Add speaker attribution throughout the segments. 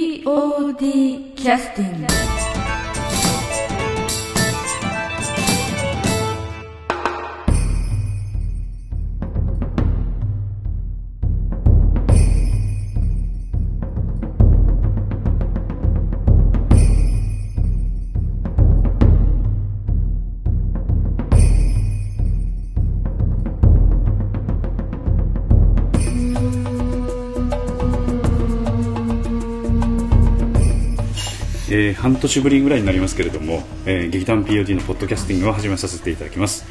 Speaker 1: POD キャスティング
Speaker 2: えー半年ぶりぐらいになりますけれども、えー劇団 POD のポッドキャスティングを始めさせていただきます、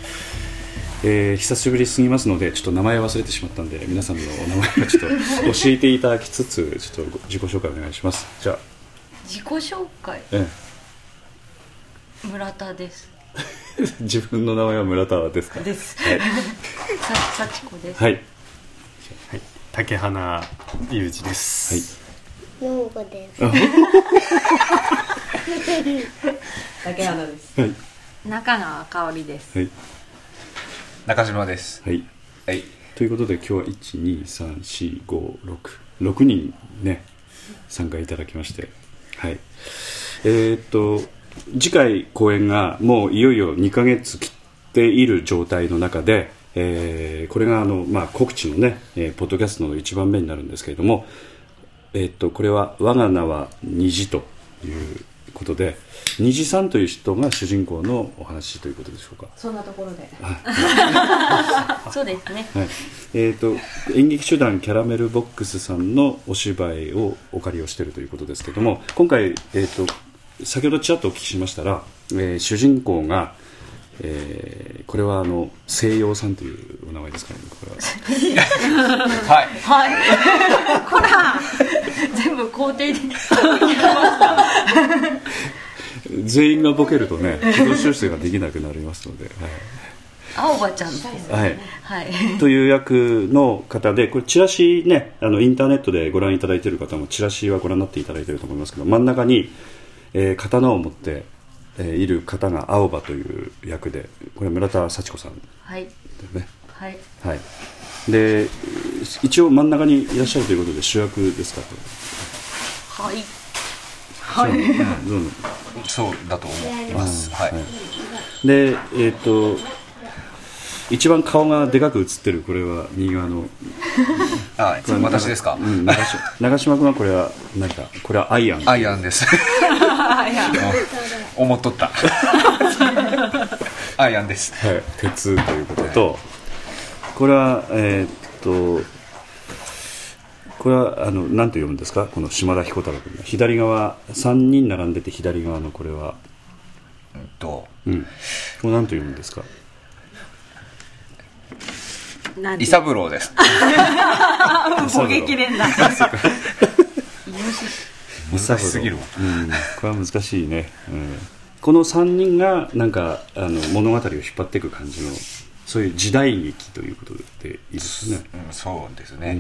Speaker 2: えー久しぶりすぎますのでちょっと名前忘れてしまったんで皆さんのお名前をちょっと教えていただきつつちょっとご自己紹介お願いしますじゃあ、
Speaker 3: 自己紹介
Speaker 2: え
Speaker 3: 村田です
Speaker 2: ー自分の名前は村田ですか
Speaker 3: です
Speaker 2: はい、
Speaker 3: さ幸子です、
Speaker 2: はい
Speaker 4: はい、竹花裕二です。
Speaker 2: はい
Speaker 5: 四個です。
Speaker 2: はい
Speaker 3: 中川香織です
Speaker 2: はい
Speaker 6: 中島です。
Speaker 2: はい
Speaker 6: はい。
Speaker 2: ということで今日は1234566人ね参加いただきましてはいえーっと次回公演がもういよいよ2ヶ月切っている状態の中で、えーこれがあの、まあ、告知のね、えーポッドキャストの1番目になるんですけれども、えーっとこれは「我が名は虹」ということで虹さんという人が主人公のお話ということでしょうか
Speaker 7: そんなところで。
Speaker 3: そうですね
Speaker 2: はいえー、と演劇集団キャラメルボックスさんのお芝居をお借りをしているということですけども今回、えー、と先ほどちらっとお聞きしましたら、えー主人公が、えーこれはあの西洋さんというお名前ですかねこれは
Speaker 6: はい。
Speaker 3: ほら全部肯定的
Speaker 2: 全員がボケるとね軌道修正ができなくなりますので。はい
Speaker 3: 青葉ちゃんです
Speaker 2: はい、
Speaker 3: はい
Speaker 2: という役の方でこれチラシねあのインターネットでご覧いただいている方もチラシはご覧になっていただいていると思いますけど真ん中に、えー刀を持って、えーいる方が青葉という役でこれは村田幸子さんだ
Speaker 3: はい
Speaker 2: よね
Speaker 3: はい
Speaker 2: はいで一応真ん中にいらっしゃるということで主役ですか
Speaker 3: はい
Speaker 2: はい、そうどうぞ
Speaker 6: そうだと思います。はい。
Speaker 2: でえっ、と一番顔がでかく映ってるこれは右側の
Speaker 6: はい。私ですか
Speaker 2: う。ん、長島長島君はこれは何かこれはアイアン
Speaker 6: アイア ンです。うん思っとった。アイアンです。
Speaker 2: はい、鉄ということと、これは、えーっと、これは、あの、なんて読むんですかこの島田彦太郎君。左側、3人並んでて左側のこれは、
Speaker 6: うんと、
Speaker 2: うん。これなんて読むんですか
Speaker 7: なん
Speaker 6: イサブローです。
Speaker 7: 攻撃連だ。
Speaker 6: 難しすぎるわ。
Speaker 2: うん。これは難しいね。うん。この3人が、なんか、あの、物語を引っ張っていく感じの、そういう時代劇ということでいいですね。
Speaker 6: うんそうですね。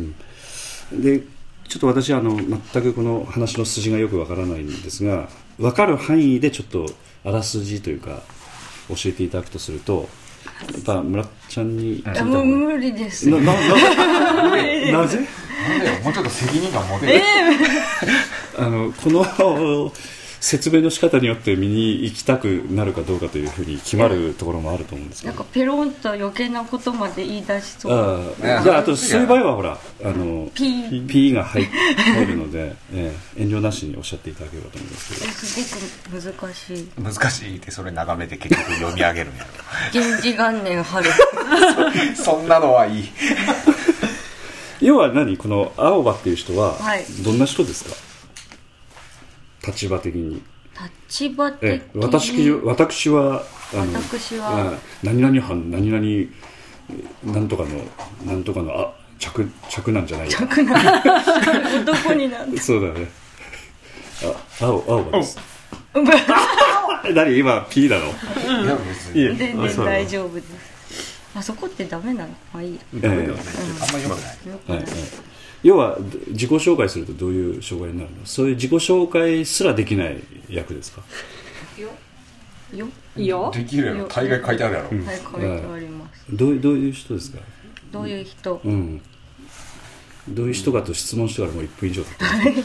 Speaker 2: でちょっと私あの全くこの話の筋がよくわからないんですが分かる範囲でちょっとあらすじというか教えていただくとするとやっぱ村ちゃんに聞いた
Speaker 3: あ
Speaker 2: 方が
Speaker 3: もう無理です
Speaker 2: ななななぜ
Speaker 6: なんだよ。もうちょっと責任が持てる。
Speaker 2: あのこの説明の仕方によって見に行きたくなるかどうかというふうに決まるところもあると思うんですけ
Speaker 3: なん
Speaker 2: ど
Speaker 3: かペロンと余計なことまで言い出しそう
Speaker 2: ああじゃああとそういう場合はほらあの
Speaker 3: ピー
Speaker 2: P が入入るので、ええ遠慮なしにおっしゃっていただければと思いますけど
Speaker 3: すごく難しい
Speaker 6: 難しいってそれ眺めて結局読み上げるんや
Speaker 3: 源氏元年春
Speaker 6: ろ。 そんなのはいい。
Speaker 2: 要は何この青葉っていう人は
Speaker 3: はい
Speaker 2: どんな人ですか、立場的に
Speaker 3: 立場的
Speaker 2: え
Speaker 3: に
Speaker 2: 私私はあの
Speaker 3: 私は
Speaker 2: あ何々藩何々えなんとかのなんとかのあ着着なんじゃないや
Speaker 3: 男になって
Speaker 2: そうだねあ青青葉ですえ 何今 P だろ
Speaker 6: いや別
Speaker 2: い
Speaker 6: に。
Speaker 2: え
Speaker 3: 全
Speaker 2: あ
Speaker 3: 然
Speaker 2: そう
Speaker 3: 大丈夫ですあそこってダメなのまあいいや
Speaker 2: え
Speaker 6: あんま良くな
Speaker 3: よ
Speaker 6: い。
Speaker 3: く
Speaker 2: え
Speaker 3: な
Speaker 2: は
Speaker 3: い
Speaker 2: いはい要は自己紹介するとどういう障害になるのそういう自己紹介すらできない役ですか
Speaker 3: よ
Speaker 7: いいよ。
Speaker 6: できるやろ。大概書いてあるやろ。
Speaker 3: はい書いてあります
Speaker 2: どうどういう人ですか
Speaker 3: どういう人
Speaker 2: うん、どういう人かと質問してからもう1分以上経ってます
Speaker 4: ね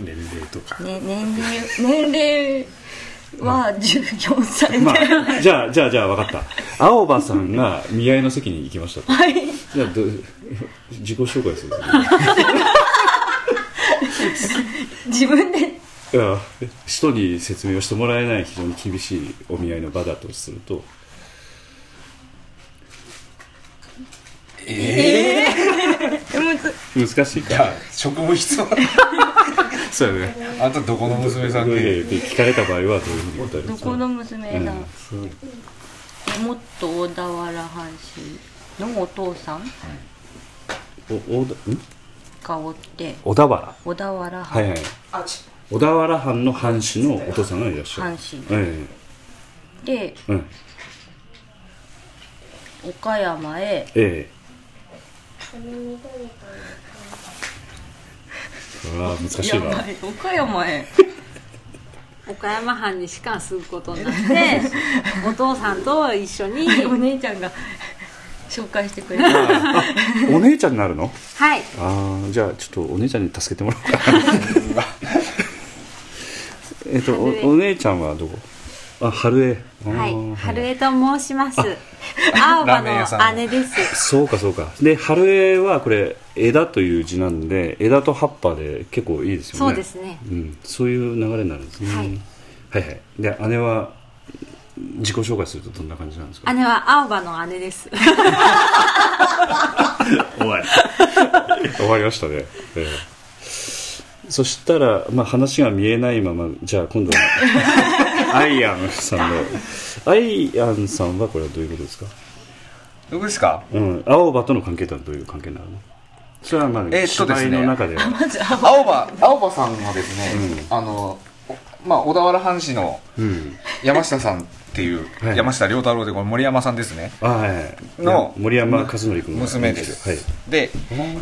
Speaker 4: 年齢とか
Speaker 1: ね、年齢年齢は14歳で、
Speaker 2: まあ、じゃあじゃあじゃあ分かった青葉さんが見合いの席に行きましたと
Speaker 1: はい
Speaker 2: じゃあど自己紹介する
Speaker 1: 自分で
Speaker 2: いや人に説明をしてもらえない非常に厳しいお見合いの場だとするとええ難しい
Speaker 6: い
Speaker 2: か
Speaker 6: や職務質問
Speaker 2: そうよね
Speaker 6: あんたどこの娘さん
Speaker 2: どう
Speaker 6: で
Speaker 2: いうって聞かれた場合はどういうふうに答えるん
Speaker 1: ど
Speaker 2: ですか
Speaker 1: この娘だ、もっと小田原藩士のお父さん
Speaker 2: おおだん
Speaker 1: がおって
Speaker 2: 小田原
Speaker 1: 小田原
Speaker 2: は
Speaker 1: 藩
Speaker 2: いはい小田原藩の藩士のお父さんがいらっしゃる
Speaker 1: 藩士
Speaker 2: え
Speaker 1: で
Speaker 2: えうん
Speaker 1: 岡山へ
Speaker 2: ええ
Speaker 5: この緑か
Speaker 2: うわ難しいわ
Speaker 1: い岡山へ
Speaker 7: 岡山藩に仕官することになってお父さんと一緒に
Speaker 1: お姉ちゃんが 紹介してくれた
Speaker 2: ああお姉ちゃんになるの
Speaker 7: はい
Speaker 2: ああじゃあちょっとお姉ちゃんに助けてもらおうか えっと
Speaker 7: 春江
Speaker 2: おお姉ちゃんはどこあ春江あ
Speaker 7: は
Speaker 2: ー
Speaker 7: い春江と申します青葉
Speaker 6: ラーメン屋さ
Speaker 7: の
Speaker 6: ん
Speaker 7: 姉です
Speaker 2: そうかそうかで春江はこれ枝という字なんで枝と葉っぱで結構いいですよね
Speaker 7: そうですね
Speaker 2: うん、そういう流れになるんですね、
Speaker 7: はい
Speaker 2: はいはいで姉は自己紹介するとどんな感じなんですか
Speaker 7: 姉は青葉の姉です
Speaker 2: 終わり終わりましたね、ええそしたら、まあ、話が見えないままじゃあ今度 はアイアンさんのアイアンさんはこれはどういうことですか、
Speaker 6: どこですか
Speaker 2: うん、青葉との関係とはどういう関係なのそれはまあ、
Speaker 6: えっとですね
Speaker 2: 芝居の中では、
Speaker 6: 青葉青葉さんはですね、あのまあ小田原藩士の
Speaker 2: うん、
Speaker 6: 山下さんっていう、
Speaker 2: はい
Speaker 6: 山下良太郎でこれ森山さんですね
Speaker 2: あはいはい
Speaker 6: の
Speaker 2: 森山和則君が
Speaker 6: 娘です、
Speaker 2: はい、
Speaker 6: で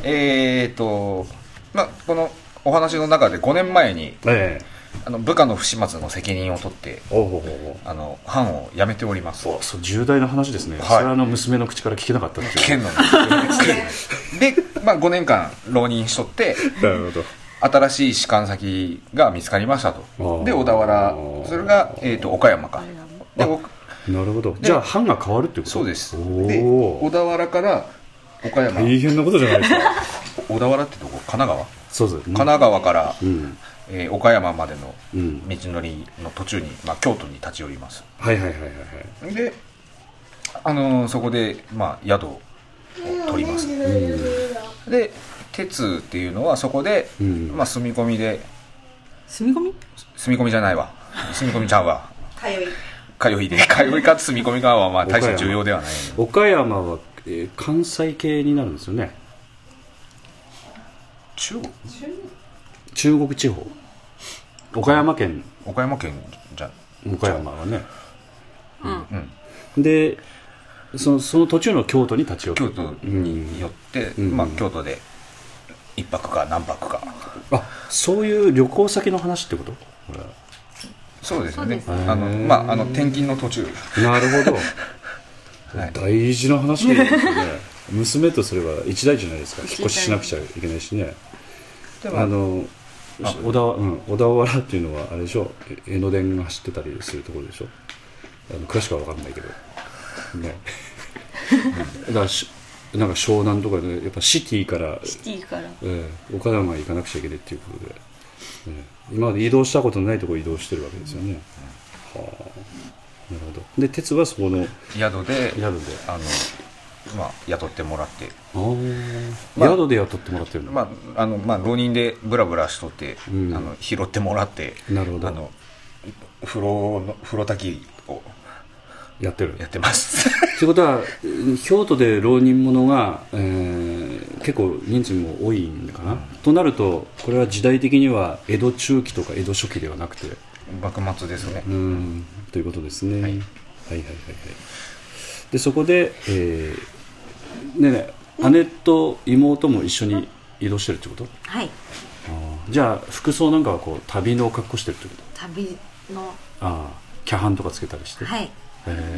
Speaker 6: えー、っとまあこのお話の中で5年前に
Speaker 2: ええ
Speaker 6: あの部下の不始末の責任を取って
Speaker 2: おうほうほうほう
Speaker 6: あの藩を辞めております
Speaker 2: おそう重大な話ですね、
Speaker 6: はい
Speaker 2: それはあの娘の口から聞けなかったっていう
Speaker 6: 県 ので、まあ、5年間浪人しとって
Speaker 2: なるほど
Speaker 6: 新しい士官先が見つかりました
Speaker 2: ー
Speaker 6: とで小田原それが、えー、と岡山かでお
Speaker 2: なるほどじゃあ班が変わるってこと
Speaker 6: そうです
Speaker 2: お
Speaker 6: で小
Speaker 2: お
Speaker 6: 田原から岡山
Speaker 2: 大変なことじゃないですか
Speaker 6: 小田原ってとこ神奈川神
Speaker 2: そうですね
Speaker 6: 奈川から、
Speaker 2: うん
Speaker 6: えー岡山までの
Speaker 2: うん
Speaker 6: 道のりの途中に、まあ、京都に立ち寄ります
Speaker 2: はいはいはいはいはい
Speaker 6: で、あのーそこで、まあ、宿を
Speaker 5: な。
Speaker 6: 取ります
Speaker 5: オレンジの緑が
Speaker 6: で鉄っていうのはそこで、
Speaker 2: うん
Speaker 6: まあ、住み込みで
Speaker 7: 住み込み
Speaker 6: 住み込みじゃないわ住み込みちゃうわ
Speaker 7: 通い
Speaker 6: 通いで通いか住み込みかはまあ大して重要 ではない
Speaker 2: 岡山は、えー関西系になるんですよね
Speaker 6: 中国
Speaker 2: 中国地方岡山県
Speaker 6: 岡山県じゃ
Speaker 2: 岡山はね
Speaker 7: うん
Speaker 6: うん
Speaker 2: でそのその途中の京都に立ち寄
Speaker 6: 京
Speaker 2: る
Speaker 6: 都に寄って、
Speaker 2: ん
Speaker 6: まあ、京都で一泊か何泊か
Speaker 2: あそういう旅行先の話ってことこれは
Speaker 6: そうですね
Speaker 7: そう
Speaker 2: です
Speaker 6: あのまああの転勤の途中
Speaker 2: なる ほど、
Speaker 6: はい
Speaker 2: 大事な話ですよね娘とすれば一大事じゃないですか引っ越ししなくちゃいけないしねあの
Speaker 6: あ
Speaker 2: 小田,、うん、小田原っていうのはあれでしょえ江ノ電が走ってたりするところでしょあの詳しくは分かんないけどね だからしなんか湘南とかでやっぱシティから、
Speaker 1: シティから
Speaker 2: えー岡山へ行かなくちゃいけないっていうことで、えー今まで移動したことのないところ移動してるわけですよね、はあなるほどで鉄はそこの
Speaker 6: 宿で
Speaker 2: 宿で
Speaker 6: あの、まあ、雇ってもらって、
Speaker 2: あー、
Speaker 6: まあ
Speaker 2: 宿で雇ってもらってるの、
Speaker 6: まああのまあ、浪人でブラブラしとって、
Speaker 2: うん
Speaker 6: あの拾ってもらって
Speaker 2: なるほど
Speaker 6: あの風呂の風呂炊きを
Speaker 2: やってる
Speaker 6: やってます
Speaker 2: ということはえー京都で浪人者が、えー結構人数も多いんかな、となるとこれは時代的には江戸中期とか江戸初期ではなくて
Speaker 6: 幕末ですね、
Speaker 2: うんということですね、は、
Speaker 6: はいい
Speaker 2: はいはいはいはいでそこで、えーねえねえ姉と妹も一緒に移動してるってこと
Speaker 7: はい
Speaker 2: あーじゃあ服装なんかはこう旅の格好してるってこと
Speaker 7: 旅の
Speaker 2: ああキャハンとかつけたりして、
Speaker 7: はい
Speaker 2: へ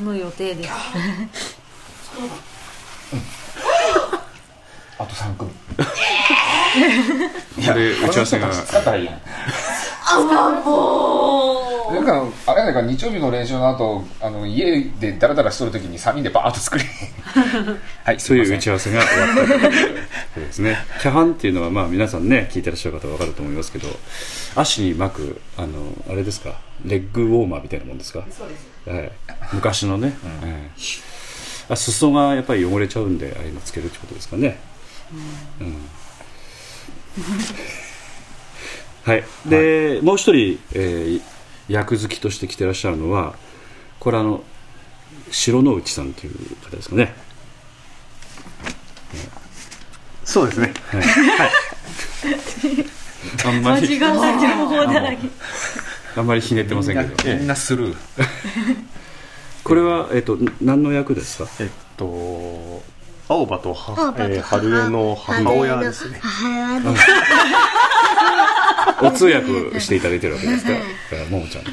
Speaker 2: ー
Speaker 7: の予定です
Speaker 6: あと3組いや
Speaker 2: で打ち合わせが
Speaker 6: この人たち使ったらいいやんなんかあれやないか日曜日の練習の後あの家でダラダラしとる時に3人でバーッと作りはい
Speaker 2: そういう打
Speaker 6: ち
Speaker 2: ち合わせが終わったということですね。キャハンっていうのは、まあ、皆さんね、聞いてらっしゃる方は分かると思いますけど、足に巻く、あの、あれですか、レッグウォーマーみたいなもんですか。はい、昔のね、ええあ、裾がやっぱり汚れちゃうんで、ああいうのつけるってことですかね。うん はい、で、もう一人、えー、役好きとして来てらっしゃるのは、これ、あの、城之内さんという方ですかね。
Speaker 4: そうですね。
Speaker 2: あんまり、
Speaker 7: 間違った情報だらけ
Speaker 2: あんまりひねってませんけど。
Speaker 6: みんなスルー
Speaker 2: これは、えっと、何の役ですか。
Speaker 4: えっと、青葉とは、えー、春江の母親ですね。
Speaker 5: 母親で
Speaker 2: お通訳していただいてるわけですから、ももちゃんが。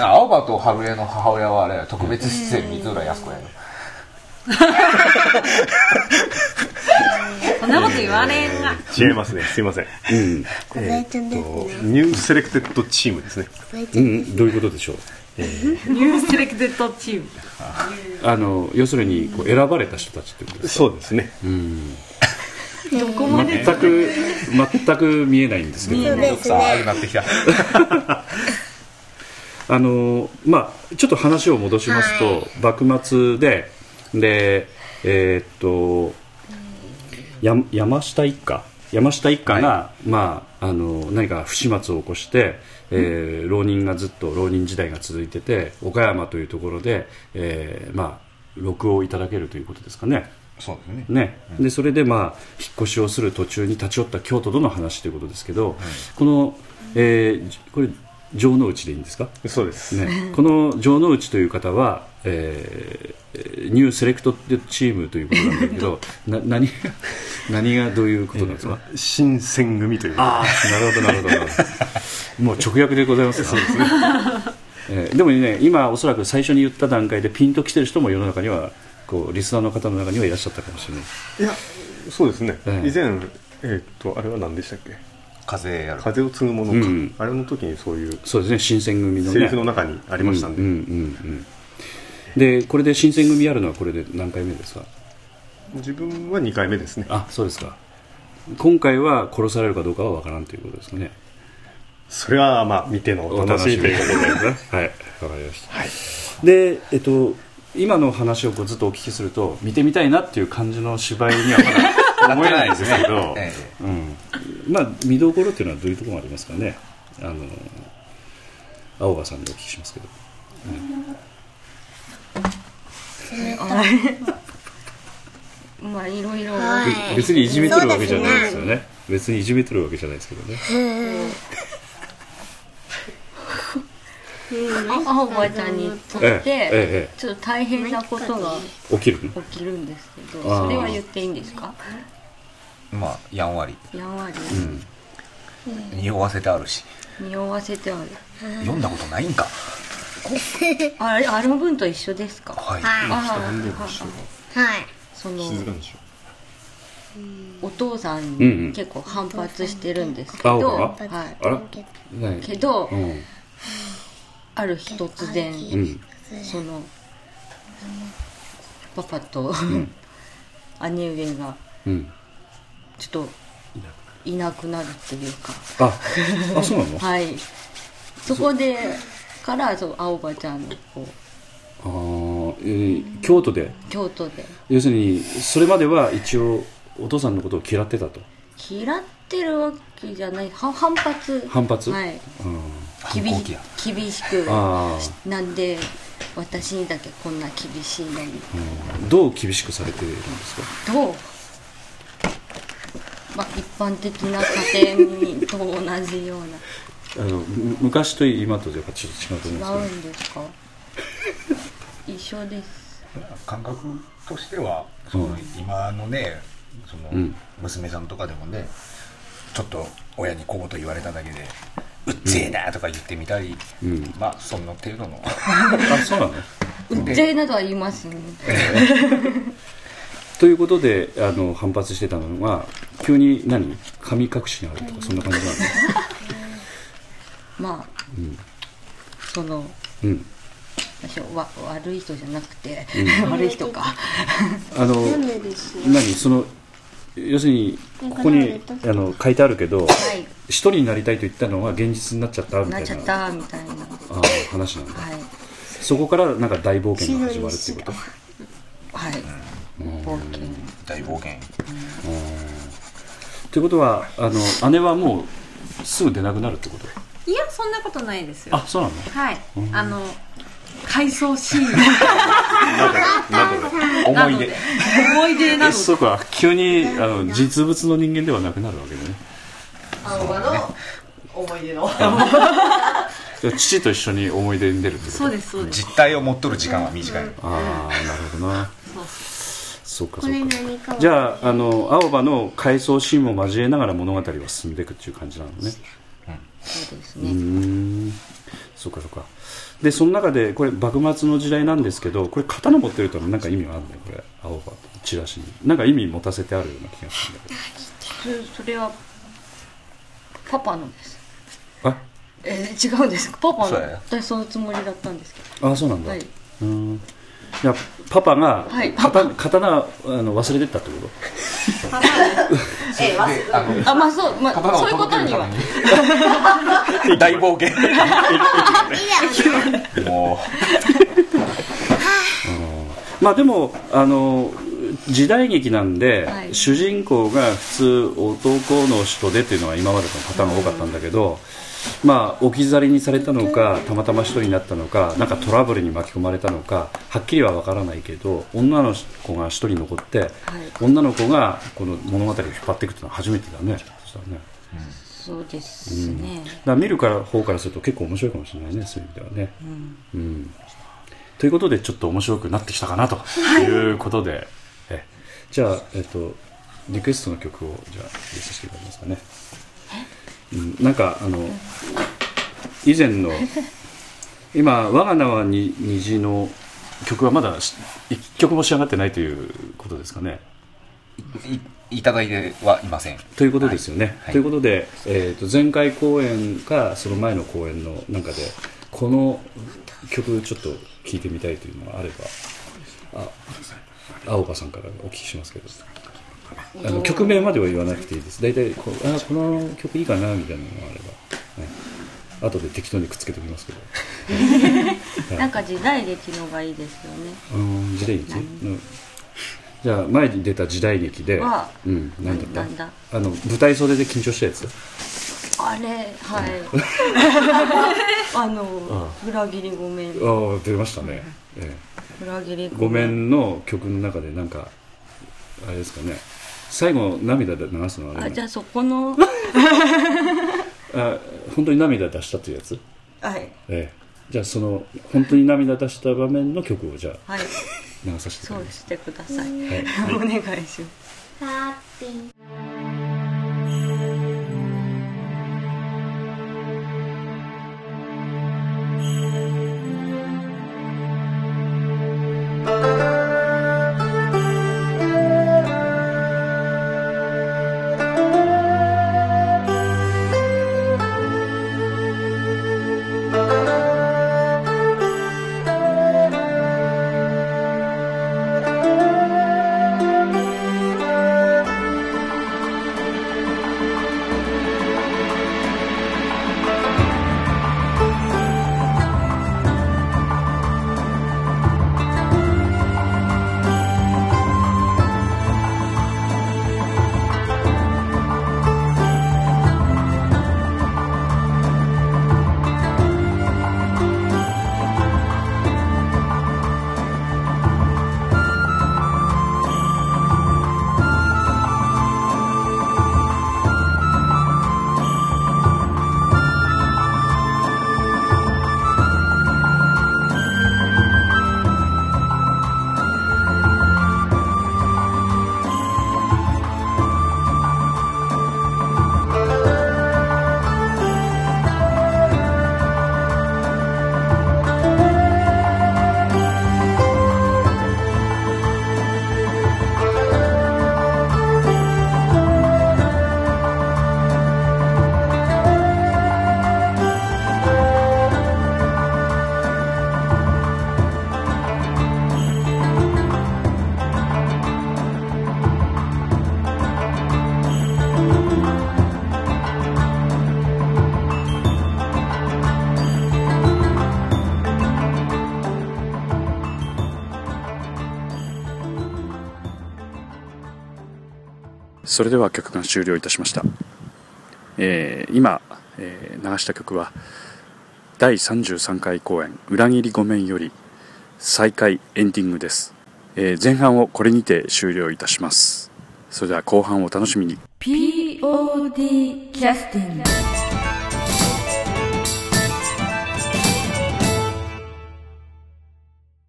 Speaker 6: あ青葉と春江の母親はあれ特別出演三浦靖子やよ
Speaker 7: そんなこと言われんが
Speaker 4: 違いますね。すいません。
Speaker 2: うん、
Speaker 5: 小林ちゃんですね
Speaker 4: ニューセレクテッドチームですね。
Speaker 5: 小林ち
Speaker 2: う
Speaker 5: ゃん
Speaker 2: ん、どういうことでしょう。
Speaker 7: ニューセレクテッドチーム
Speaker 2: あの、要するに、こう選ばれた人たちってことですか。
Speaker 4: そうですね。
Speaker 2: 全く、全く見えないんですけ
Speaker 7: 見
Speaker 2: ど
Speaker 7: え
Speaker 5: そう
Speaker 2: も。
Speaker 5: です
Speaker 6: さああ
Speaker 5: ね
Speaker 6: くなってきた
Speaker 2: あのまあちょっと話を戻しますと、幕末ででえーっとや山下一家山下一家が、まあ、あの何か不始末を起こして、えー浪人がずっと浪人時代が続いてて岡山というところで、えーまあ録をいただけるということですかね。
Speaker 6: そうですね
Speaker 2: ね、でそれでまあ引っ越しをする途中に立ち寄った京都との話ということですけど、この、えーじこれ城之内でいいんですか
Speaker 4: そうです。
Speaker 2: ね、この城之内という方は、えーニューセレクトチームということなんだけ どな何が何がどういうことなんですか、
Speaker 4: 新選組という。
Speaker 2: ああなるほどなるほどなるほどもう直訳でございますそうですね、 えーでもね今おそらく最初に言った段階でピンときてる人も世の中にはこうリスナーの方の中にはいらっしゃったかもしれない
Speaker 4: いや、そうですね。
Speaker 2: ええ
Speaker 4: 以前、えっと、あれは何でしたっけ
Speaker 6: 風やる
Speaker 4: 風を継ぐものか、
Speaker 2: うん
Speaker 4: あれの時にそういう
Speaker 2: そうですね新選組のね
Speaker 4: セリフの中にありましたんで、
Speaker 2: うんうんうんうんでこれで新選組やるのはこれで何回目ですか
Speaker 4: 自分は2回目ですね
Speaker 2: あそうですか今回は殺されるかどうかは分からんということですかね
Speaker 4: それはまあ見てのお楽しみということで
Speaker 2: とではいわかりました、でえっと今の話をこうずっとお聞きすると見てみたいなっていう感じの芝居にはまだ思えないんですけ ど、
Speaker 6: え
Speaker 2: うん、まあ見どころっていうのはどういうところがありますかねあの青葉さんでお聞きしますけど
Speaker 1: まあいろいろ
Speaker 5: はい
Speaker 2: 別にいじめてるわけじゃないですよね別にいじめてるわけじゃないですけどね
Speaker 1: 青葉ちゃんにとっ
Speaker 2: ええ
Speaker 1: て
Speaker 2: え
Speaker 1: ちょっと大変なことが
Speaker 2: え起きるの
Speaker 1: 起きるんですけど
Speaker 2: あー
Speaker 1: それは言っていいんですか
Speaker 6: えまあやんわり
Speaker 1: やんわり
Speaker 2: うん
Speaker 6: 匂わせてあるし
Speaker 1: 匂わせてある
Speaker 6: 読んだことないんか
Speaker 1: あれあの文と一緒ですか
Speaker 6: はい
Speaker 1: あー
Speaker 5: はい
Speaker 1: その
Speaker 4: 静かにしよ
Speaker 1: お父さん
Speaker 2: うんうん
Speaker 1: に結構反発してるんですけど、
Speaker 2: 青が
Speaker 1: はい、
Speaker 2: あらない
Speaker 1: けど、
Speaker 2: うん
Speaker 1: ある日突然、
Speaker 2: うん
Speaker 1: そのパパと、兄上が
Speaker 2: うん
Speaker 1: ちょっといなくなるっていうか
Speaker 2: ああそうなの
Speaker 1: はいそこでからそう青葉ちゃんのこう
Speaker 2: あーえー京都で
Speaker 1: 京都で
Speaker 2: 要するにそれまでは一応お父さんのことを嫌ってたと
Speaker 1: 嫌ってるわけじゃないは反発
Speaker 2: 反発
Speaker 1: はい
Speaker 2: うん
Speaker 6: 反
Speaker 1: 厳
Speaker 6: 抗期
Speaker 1: し
Speaker 6: や
Speaker 1: 厳しく
Speaker 2: あ
Speaker 1: なんで私にだけこんな厳しいのに
Speaker 2: あどう厳しくされているんですか
Speaker 1: と、まあ、一般的な家庭にと同じよう
Speaker 2: あのむ昔と今とやっぱちょっと違うと思うんですけ
Speaker 1: な
Speaker 2: ど
Speaker 1: 違うんですか一緒です
Speaker 6: 感覚としてはそ
Speaker 2: うん
Speaker 6: の今のねその
Speaker 2: うん
Speaker 6: 娘さんとかでもねちょっと親に小言言われただけで「うっぜえな」とか言ってみたり、
Speaker 2: うん
Speaker 6: まあその程 度の
Speaker 2: あそうなの
Speaker 1: うっぜえなどは言いますね
Speaker 2: ということであの反発してたのは急に何神隠しにあるとかそんな感じなの、
Speaker 1: まあ、その
Speaker 2: うん、
Speaker 1: 私はわ悪い人じゃなくて、悪い人か
Speaker 2: あの
Speaker 5: なんでですよ。
Speaker 2: 何その要するにここにあの書いてあるけど
Speaker 1: はい
Speaker 2: 一人になりたいと言ったのが現実になっちゃったみた
Speaker 1: ないっち
Speaker 2: な
Speaker 1: ゃったみたいなは
Speaker 2: あ話なんだ
Speaker 1: い
Speaker 2: そこからなんか大冒険が始まるっていうこと
Speaker 1: はい冒険
Speaker 6: 大冒険
Speaker 2: ということはあの姉はもうすぐ出なくなるってこと
Speaker 7: いやそんなことないですよ
Speaker 2: あそうなの
Speaker 7: はいあの回想シーン
Speaker 6: 思い出
Speaker 7: 思い出な
Speaker 2: え
Speaker 7: の
Speaker 2: そうか急にあの実物の人間ではなくなるわけだね
Speaker 8: あの場の思い出の
Speaker 2: じゃあ父と一緒に思い出に出るってこと
Speaker 7: そうですそうです
Speaker 6: 実体を持っとる時間は短い、
Speaker 2: ああなるほどな
Speaker 7: そう
Speaker 2: そうか
Speaker 5: こ
Speaker 2: そ
Speaker 5: れ
Speaker 2: うか
Speaker 5: 何かは
Speaker 2: じゃああの青葉の回想シーンも交えながら物語は進んでいくっていう感じなのね
Speaker 1: そうです
Speaker 2: う
Speaker 1: ね
Speaker 2: ーんそうかそうかでその中でこれ幕末の時代なんですけどこれ刀持ってるとなんか意味はあるのこれ青葉チラシになんか意味持たせてあるような気がするんだけ
Speaker 1: そそれはパパのです
Speaker 2: ど
Speaker 1: えー違うんですパパの
Speaker 6: そうや
Speaker 1: 私そのつもりだったんですけ
Speaker 2: ああそうなん
Speaker 1: ど
Speaker 2: だ、
Speaker 1: はいう
Speaker 2: ーんいやパパが、
Speaker 1: はい
Speaker 2: パパ刀あの忘れてったってこと
Speaker 8: え忘れ
Speaker 6: であの
Speaker 1: あまあそうまあ
Speaker 6: 刀
Speaker 1: そ
Speaker 6: を
Speaker 1: ういうこ
Speaker 6: 届
Speaker 1: とに
Speaker 6: けるた
Speaker 1: は
Speaker 6: めに大 冒険も
Speaker 2: まあでもあの時代劇なんで、
Speaker 1: はい
Speaker 2: 主人公が普通男の人でっていうのは今までのパターンが多かったんだけど、まあ置き去りにされたのかたまたま一人になったのかなんかトラブルに巻き込まれたのかはっきりはわからないけど女の子が一人残って、女の子がこの物語を引っ張っていくっていうのは初めてだねそしたらね
Speaker 1: そうですね、
Speaker 2: だから見るから方からすると結構面白いかもしれないねそういう意味ではね。うんということでちょっと面白くなってきたかなということで、えじゃあ、えっと、リクエストの曲をじゃあリストしていただけますかね。うん、なんかあの以前の今「我が名はに虹」の曲はまだし一曲も仕上がってないということですかね。
Speaker 6: ういいただいてはいません
Speaker 2: ということですよね。
Speaker 6: はい
Speaker 2: ということで、えー、と前回公演かその前の公演の中でこの曲ちょっと聴いてみたいというのがあればあ青葉さんからお聞きしますけどあの曲名までは言わなくていいです大体こうあこの曲いいかなみたいなのがあれば、はい、後で適当にくっつけておきますけど
Speaker 1: なんか時代劇のがいいですよね
Speaker 2: うん時代劇、うんじゃあ前に出た時代劇で、
Speaker 1: は
Speaker 2: うん、何だった
Speaker 1: なんだ
Speaker 2: あの舞台袖で緊張したやつ
Speaker 1: あれはい あの裏切りごめん
Speaker 2: ああ出ましたね、ええ
Speaker 1: 裏切り
Speaker 2: 「ごめん」の曲の中でなんかあれですかね最後涙で流すのはあ
Speaker 1: あ
Speaker 2: れ
Speaker 1: じゃ
Speaker 2: な
Speaker 1: あそこの
Speaker 2: あ本当に涙出したっていうやつ、
Speaker 1: はい
Speaker 2: ええ、じゃあその本当に涙出した場面の曲をじゃあ
Speaker 1: はい
Speaker 2: 流させていた
Speaker 1: そ
Speaker 2: だ
Speaker 1: う
Speaker 2: きます
Speaker 1: してください、
Speaker 2: はい、
Speaker 1: お願いします
Speaker 5: ハッピー。
Speaker 2: 「
Speaker 5: それでは曲が終了いたしました、えー今、えー流した曲は第33回公演「裏切りごめん」より再開エンディングです、えー前半をこれにて終了いたしますそれでは後半をお楽しみに
Speaker 9: POD キャスティング